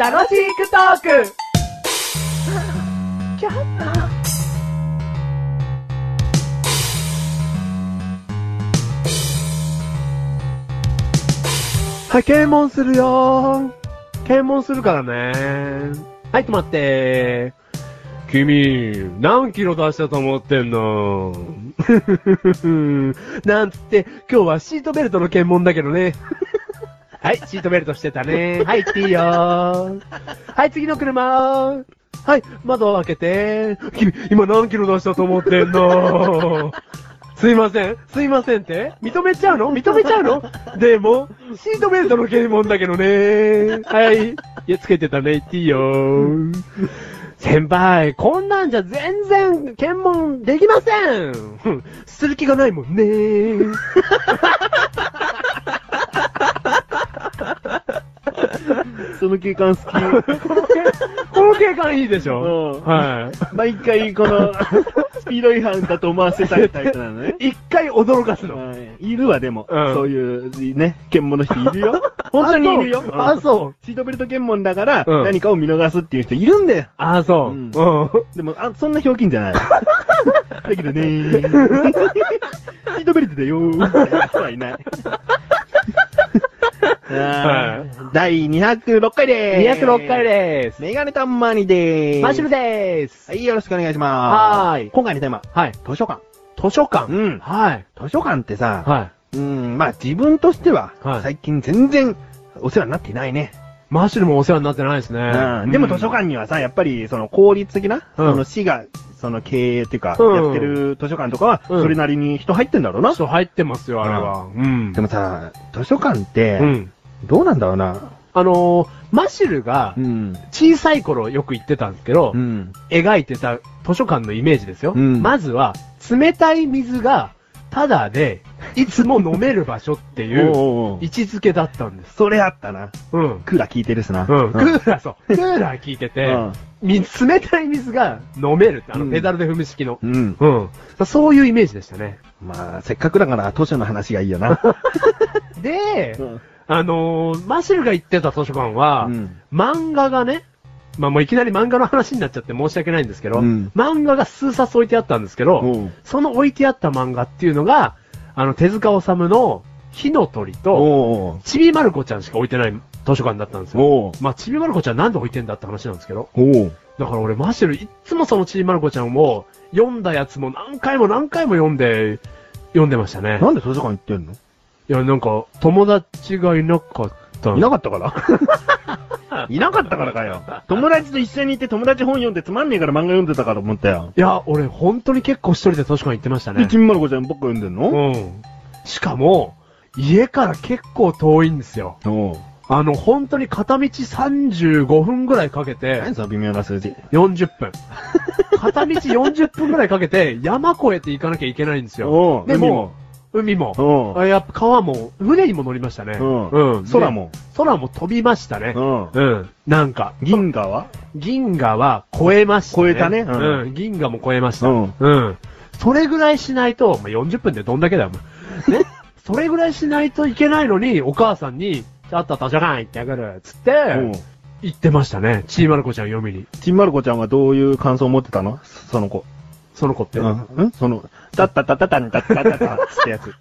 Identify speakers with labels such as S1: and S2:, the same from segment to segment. S1: 楽しくトーク
S2: はい、検問するよ検問するからねはい、止まって君、何キロ出したと思ってんの なんつって、今日はシートベルトの検問だけどね。 はい、シートベルトしてたね。はい、いいよはい、次の車はい、窓を開けて。君、今何キロ出したと思ってんのすいません、すいませんって認めちゃうの認めちゃうのでも、シートベルトの検問だけどね。はい。いや、つけてたね、いいよ先輩、こんなんじゃ全然検問できませんふんする気がないもんね。
S3: その景観好き。
S2: この景観いいでし
S3: う
S2: ょ
S3: ん
S2: は
S3: 毎回この、スピード違反だと思わせたいタイプなのね。
S2: い。一回驚かすの。
S3: はいいるわ、でも、
S2: うん
S3: そういう、ね、検問の人いるよ。 本当にいるよ。
S2: あ、
S3: うん
S2: そう。
S3: シートベルト検問だから、
S2: うん
S3: 何かを見逃すっていう人いるんだよ。
S2: あ、そう。う
S3: うんん。でも、あ、そんなひょうきんじ ゃない。だけどねー。シートベルトだよー。人 はいない。あー第206回でーす。
S2: 206回でーす。
S3: メガネたんまにでーす。
S2: マッシュルでーす。
S3: はい、よろしくお願いしま
S2: は
S3: す。
S2: ーい
S3: 今回のテーマ、
S2: はい。
S3: 図書館。
S2: 図書館。
S3: うん
S2: はい。
S3: 図書館ってさ、
S2: はい。
S3: うん、まあ自分としては
S2: はい、
S3: 最近全然お世話になっていないね。
S2: マッシュルもお世話になってないですね。
S3: うん、でも図書館にはさ、やっぱりその効率的な、
S2: うん
S3: その市が、その経営っていうか、
S2: うん
S3: やってる図書館とかは、
S2: うん
S3: それなりに人入ってんだろう
S2: ちょ
S3: な
S2: っ。と入ってますよ、あれは。うん。
S3: でもさ、図書館って
S2: う、ん。
S3: どうなんだろうな。
S2: あのー、マッシュルが
S3: ん。
S2: 小さい頃よく行ってたんですけど、
S3: ん。
S2: 描いてた図書館のイメージですよ。
S3: うん
S2: まずは、冷たい水がタダ でいつも飲める場所って
S3: お
S2: い
S3: ー
S2: う
S3: おーお
S2: 位
S3: ー
S2: 置づけだったんです。
S3: それあったな。
S2: うん。
S3: クーラー効いてるしな。
S2: うん、クーラー、そう。クーラー効いてて、み冷たい水が飲めるって、あ
S3: う
S2: の、
S3: ん
S2: ペダルで踏む式の。
S3: うん。うん。
S2: うん。そういうイメージでしたね。
S3: まあ、せっかくだから図書の話がいい よな。
S2: で、あのー、マシルが行ってた図書館は、
S3: うん
S2: 漫画がね、まあもういきなり漫画の話になっちゃって申し訳ないんですけど、
S3: うん
S2: 漫画が数冊置いてあったんですけど、
S3: うん
S2: その置いてあった漫画っていうのが、あの、手塚治虫の火の鳥と、
S3: おー
S2: ちびまる子ちゃんしか置いてない図書館だったんですよ。
S3: おー
S2: まあ、ちびまる子ちゃんなんで置いてんだって話なんですけど。
S3: おー
S2: だから俺、マシル、いっつもそのちびまる子ちゃんを、読んだやつも何回も何回も読んで、読んでましたね。
S3: なんで図書館行ってんの
S2: いや、なんか、友達がいなかった
S3: いな
S2: かっ
S3: かったからいなかったからかよ。友達と一緒にいて友達本読んでつまんねえから漫画読んでたから思ったよ。
S2: いや、俺、本当に結構一人で図書館行ってました
S3: で、
S2: ね
S3: ち。んまる子ちゃん僕読んでんの
S2: うん。しかも、家から結構遠いんですよ。
S3: おう
S2: あの、本当に片道35分ぐらいかけて、
S3: 何その微妙な数字。
S2: 40分。片道40分ぐらいかけて、山越えて行かなきゃいけないんですよ。
S3: おう
S2: で
S3: 海
S2: も海も。
S3: おう
S2: あやっぱ川も、船にも乗りましたね。
S3: うん
S2: で
S3: 空も。
S2: 空も飛びましたね。
S3: うん
S2: うん。なんか、
S3: 銀河は
S2: 銀河は超えましたね。
S3: 超えたね
S2: う
S3: うん
S2: ん。銀河も超えました。
S3: うん
S2: うん。それぐらいしないと、まあ、40分でどんだけだよ、お前ね。 それぐらいしないといけないのに、お母さんに、ちょっと図書館行ってくる、つって、
S3: うん
S2: 行ってましたね。ちーまる子ちゃん読みに。
S3: ちんまる子ちゃんはどういう感想を持ってたのその子。
S2: その子って。
S3: うん。うんその、たったたったたんたったたたってやつ。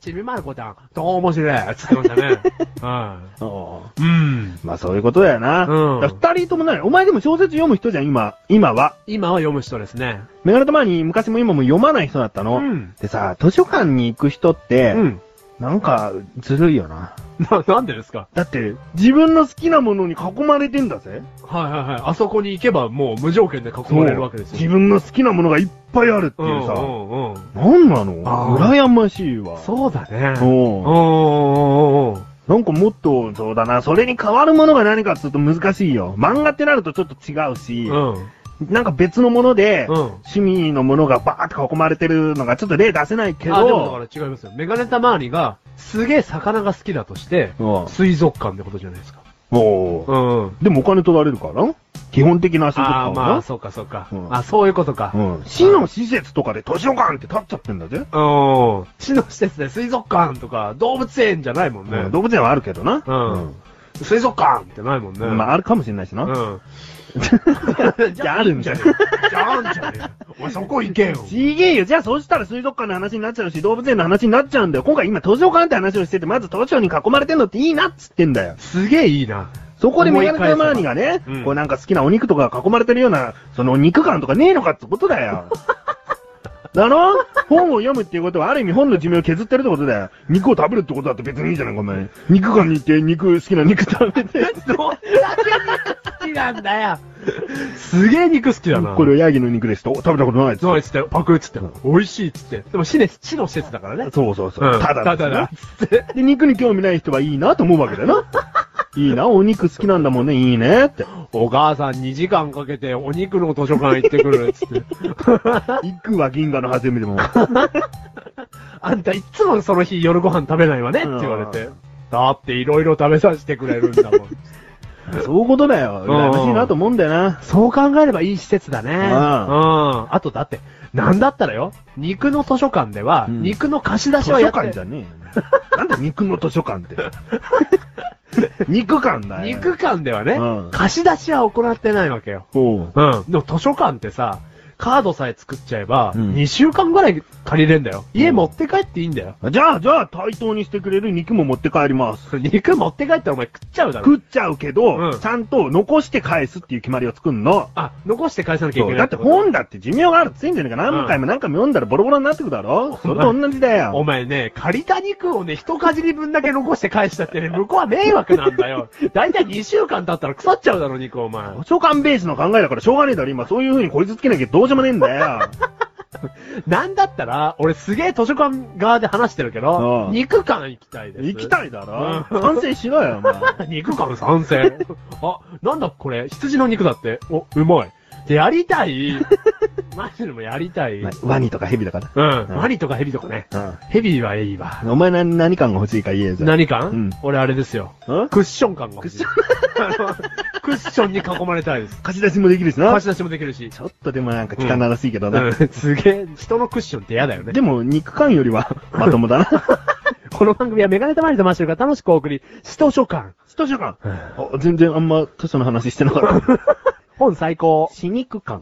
S2: ちびまる子ちゃん、どう面白い、つってました ね。は
S3: おう
S2: い。うん。
S3: まあそういうことだよな。
S2: うん
S3: だから二人ともない。お前でも小説読む人じゃん、今。今は。
S2: 今は読む人ですね。
S3: メガネたまに昔も今も読まない人だったの。
S2: うん
S3: でさ、図書館に行く人って、
S2: うん。
S3: なんかずるいよな。
S2: な、なんでですか
S3: だって、自分の好きなものに囲まれてんだぜ。
S2: はいはいはい。あそこに行けばもう無条件で囲まれるわけですよ。
S3: 自分の好きなものがいっぱいあるって
S2: う
S3: い
S2: ん
S3: うさ。
S2: うんうん。
S3: なんなの
S2: あー
S3: 羨ましいわ。
S2: そうだね。
S3: う
S2: うん
S3: ん
S2: うんうんうん。
S3: なんかもっと、そうだな、それに変わるものが何かって言うと難しいよ。漫画ってなるとちょっと違うし、
S2: うん。
S3: なんか別のもので、
S2: うん
S3: 趣味のものがバーって囲まれてるのがちょっと例出せないけ
S2: あ、でもだか
S3: ど、
S2: ら違いますよ。メガネタ周りが、すげえ魚が好きだとして、
S3: うん
S2: 水族館ってことじゃないですか。
S3: おー
S2: うん。
S3: でもお金取られるから基本的な仕事
S2: ああ、
S3: だか
S2: ま
S3: ら
S2: あ、そうかそうか
S3: う。ん
S2: あ、そういうことか。
S3: な。うん。市の施設とかで図書館って立っちゃってんだぜ。
S2: うん。市の施設で水族館とか、動物園じゃないもんね。
S3: うん動物園はあるけどな。
S2: うん水族館ってないもんね。
S3: うんまあ、あるかもしれないしな。
S2: うん。
S3: じゃああるんだよ
S2: じゃああんじゃねえよ。おい、そこ行けよ。
S3: ちげえよ。じゃあ、そうしたら水族館の話になっちゃうし、動物園の話になっちゃうんだよ。今回今、図書館って話をしてて、まず図書に囲まれてんのっていいなっつってんだよ。
S2: すげえいいな。
S3: そこでメガネタマーニがね、
S2: うん
S3: こうなんか好きなお肉とか囲まれてるような、その肉感とかねえのかってこと だよ。だろ本を読むっていうことは、ある意味本の寿命を削ってるってことだよ。肉を食べるってことだって別にいいじゃないか、お前。肉が似て、肉、好きな肉食べて。
S2: どんだけ肉好きなんだよ。すげえ肉好きだな。
S3: これはヤギの肉ですと、お食べたことないです。
S2: そうっつって、パクっつって、美味しいっつって。でも、市ね、市の施設だからね。
S3: そうそうそう。
S2: うん
S3: ただ
S2: た
S3: です
S2: だ
S3: ね
S2: だ。つって。
S3: で、肉に興味ない人はいいなと思うわけだ よな。いいな、お肉好きなんだもんね、いいねって。
S2: お母さん2時間かけてお肉の図書館行ってくるっつ って。
S3: 行くわ、銀河の初めでも。
S2: あんたいつもその日夜ご飯食べないわねって言われて。だっていろいろ食べさせてくれるんだもん。
S3: そういうことだよ。羨ましいなと思うんだよな。
S2: そう考えればいい施設だね。うん。あとだって、なんだったらよ、肉の図書館では、
S3: うん
S2: 肉の貸し出
S3: 図
S2: し
S3: 書
S2: はやっ
S3: 館じ
S2: て
S3: ゃねえよ。なんで肉の図書館って。 肉館だよ。
S2: 肉館ではね、
S3: うん
S2: 貸し出しは行ってないわけよ。う
S3: おう
S2: ん。でも図書館ってさ、カードさえ作っちゃえば、
S3: うん
S2: 2週間ぐらい借りれんだよ。家持って帰っていいんだよ。
S3: じゃあ、じゃあ、対等にしてくれる肉も持って帰ります。
S2: 肉持って帰ったらお前食っちゃうだろ。
S3: 食っちゃうけど、
S2: うん
S3: ちゃんと残して返すっていう決まりを作んの。
S2: あ、残して返さなきゃいけ
S3: そう
S2: ない
S3: だって本だって寿命があるってついんじゃねえか。何回も何回も読んだらボロボロになってくだろ。それと同じだよ。
S2: お前ね、借りた肉をね、一かじり分だけ残して返したってね、向こうは迷惑なんだ よ。だいたい2週間経ったら腐っちゃうだろ、肉お前。
S3: 図書館ベースの考えだからしょうがねえだろ、今。そういう風にこいつつけなきゃどうしようもねえん だよ。
S2: なんだったら、俺すげえ図書館側で話してるけ
S3: う
S2: ど、
S3: ん
S2: 肉館行きたいです。
S3: 行き
S2: い
S3: たいだろ。
S2: うん
S3: 反省しろよ、お前。
S2: 肉館賛成。 あ、なんだこれ、羊の肉だって。お、うまい。で、やりた い。マジでもやりたい。
S3: ワニとかヘビだか
S2: うん。
S3: うん
S2: ワニとかヘビとかね。
S3: ら。
S2: ヘビはいいわ。
S3: お前何、何感が欲しいか言えず。
S2: 何感、
S3: うん
S2: 俺あれですよ。
S3: うん
S2: クッション感が欲しい。クッションに囲まれたいです。
S3: 貸し出しもできるしな。
S2: 貸し出しもできるし。
S3: ちょっとでもなんか汚らしいけどな。
S2: うんすげえ、人のクッションって嫌だよね。
S3: でも、肉感よりは、 まともだな。
S2: この番組はメガネたまりとマッシュルが楽しくお送り、使徒書館。
S3: 図 書館。あ全然あんま図書の話してなかった。
S2: 本最高。
S3: 死肉感。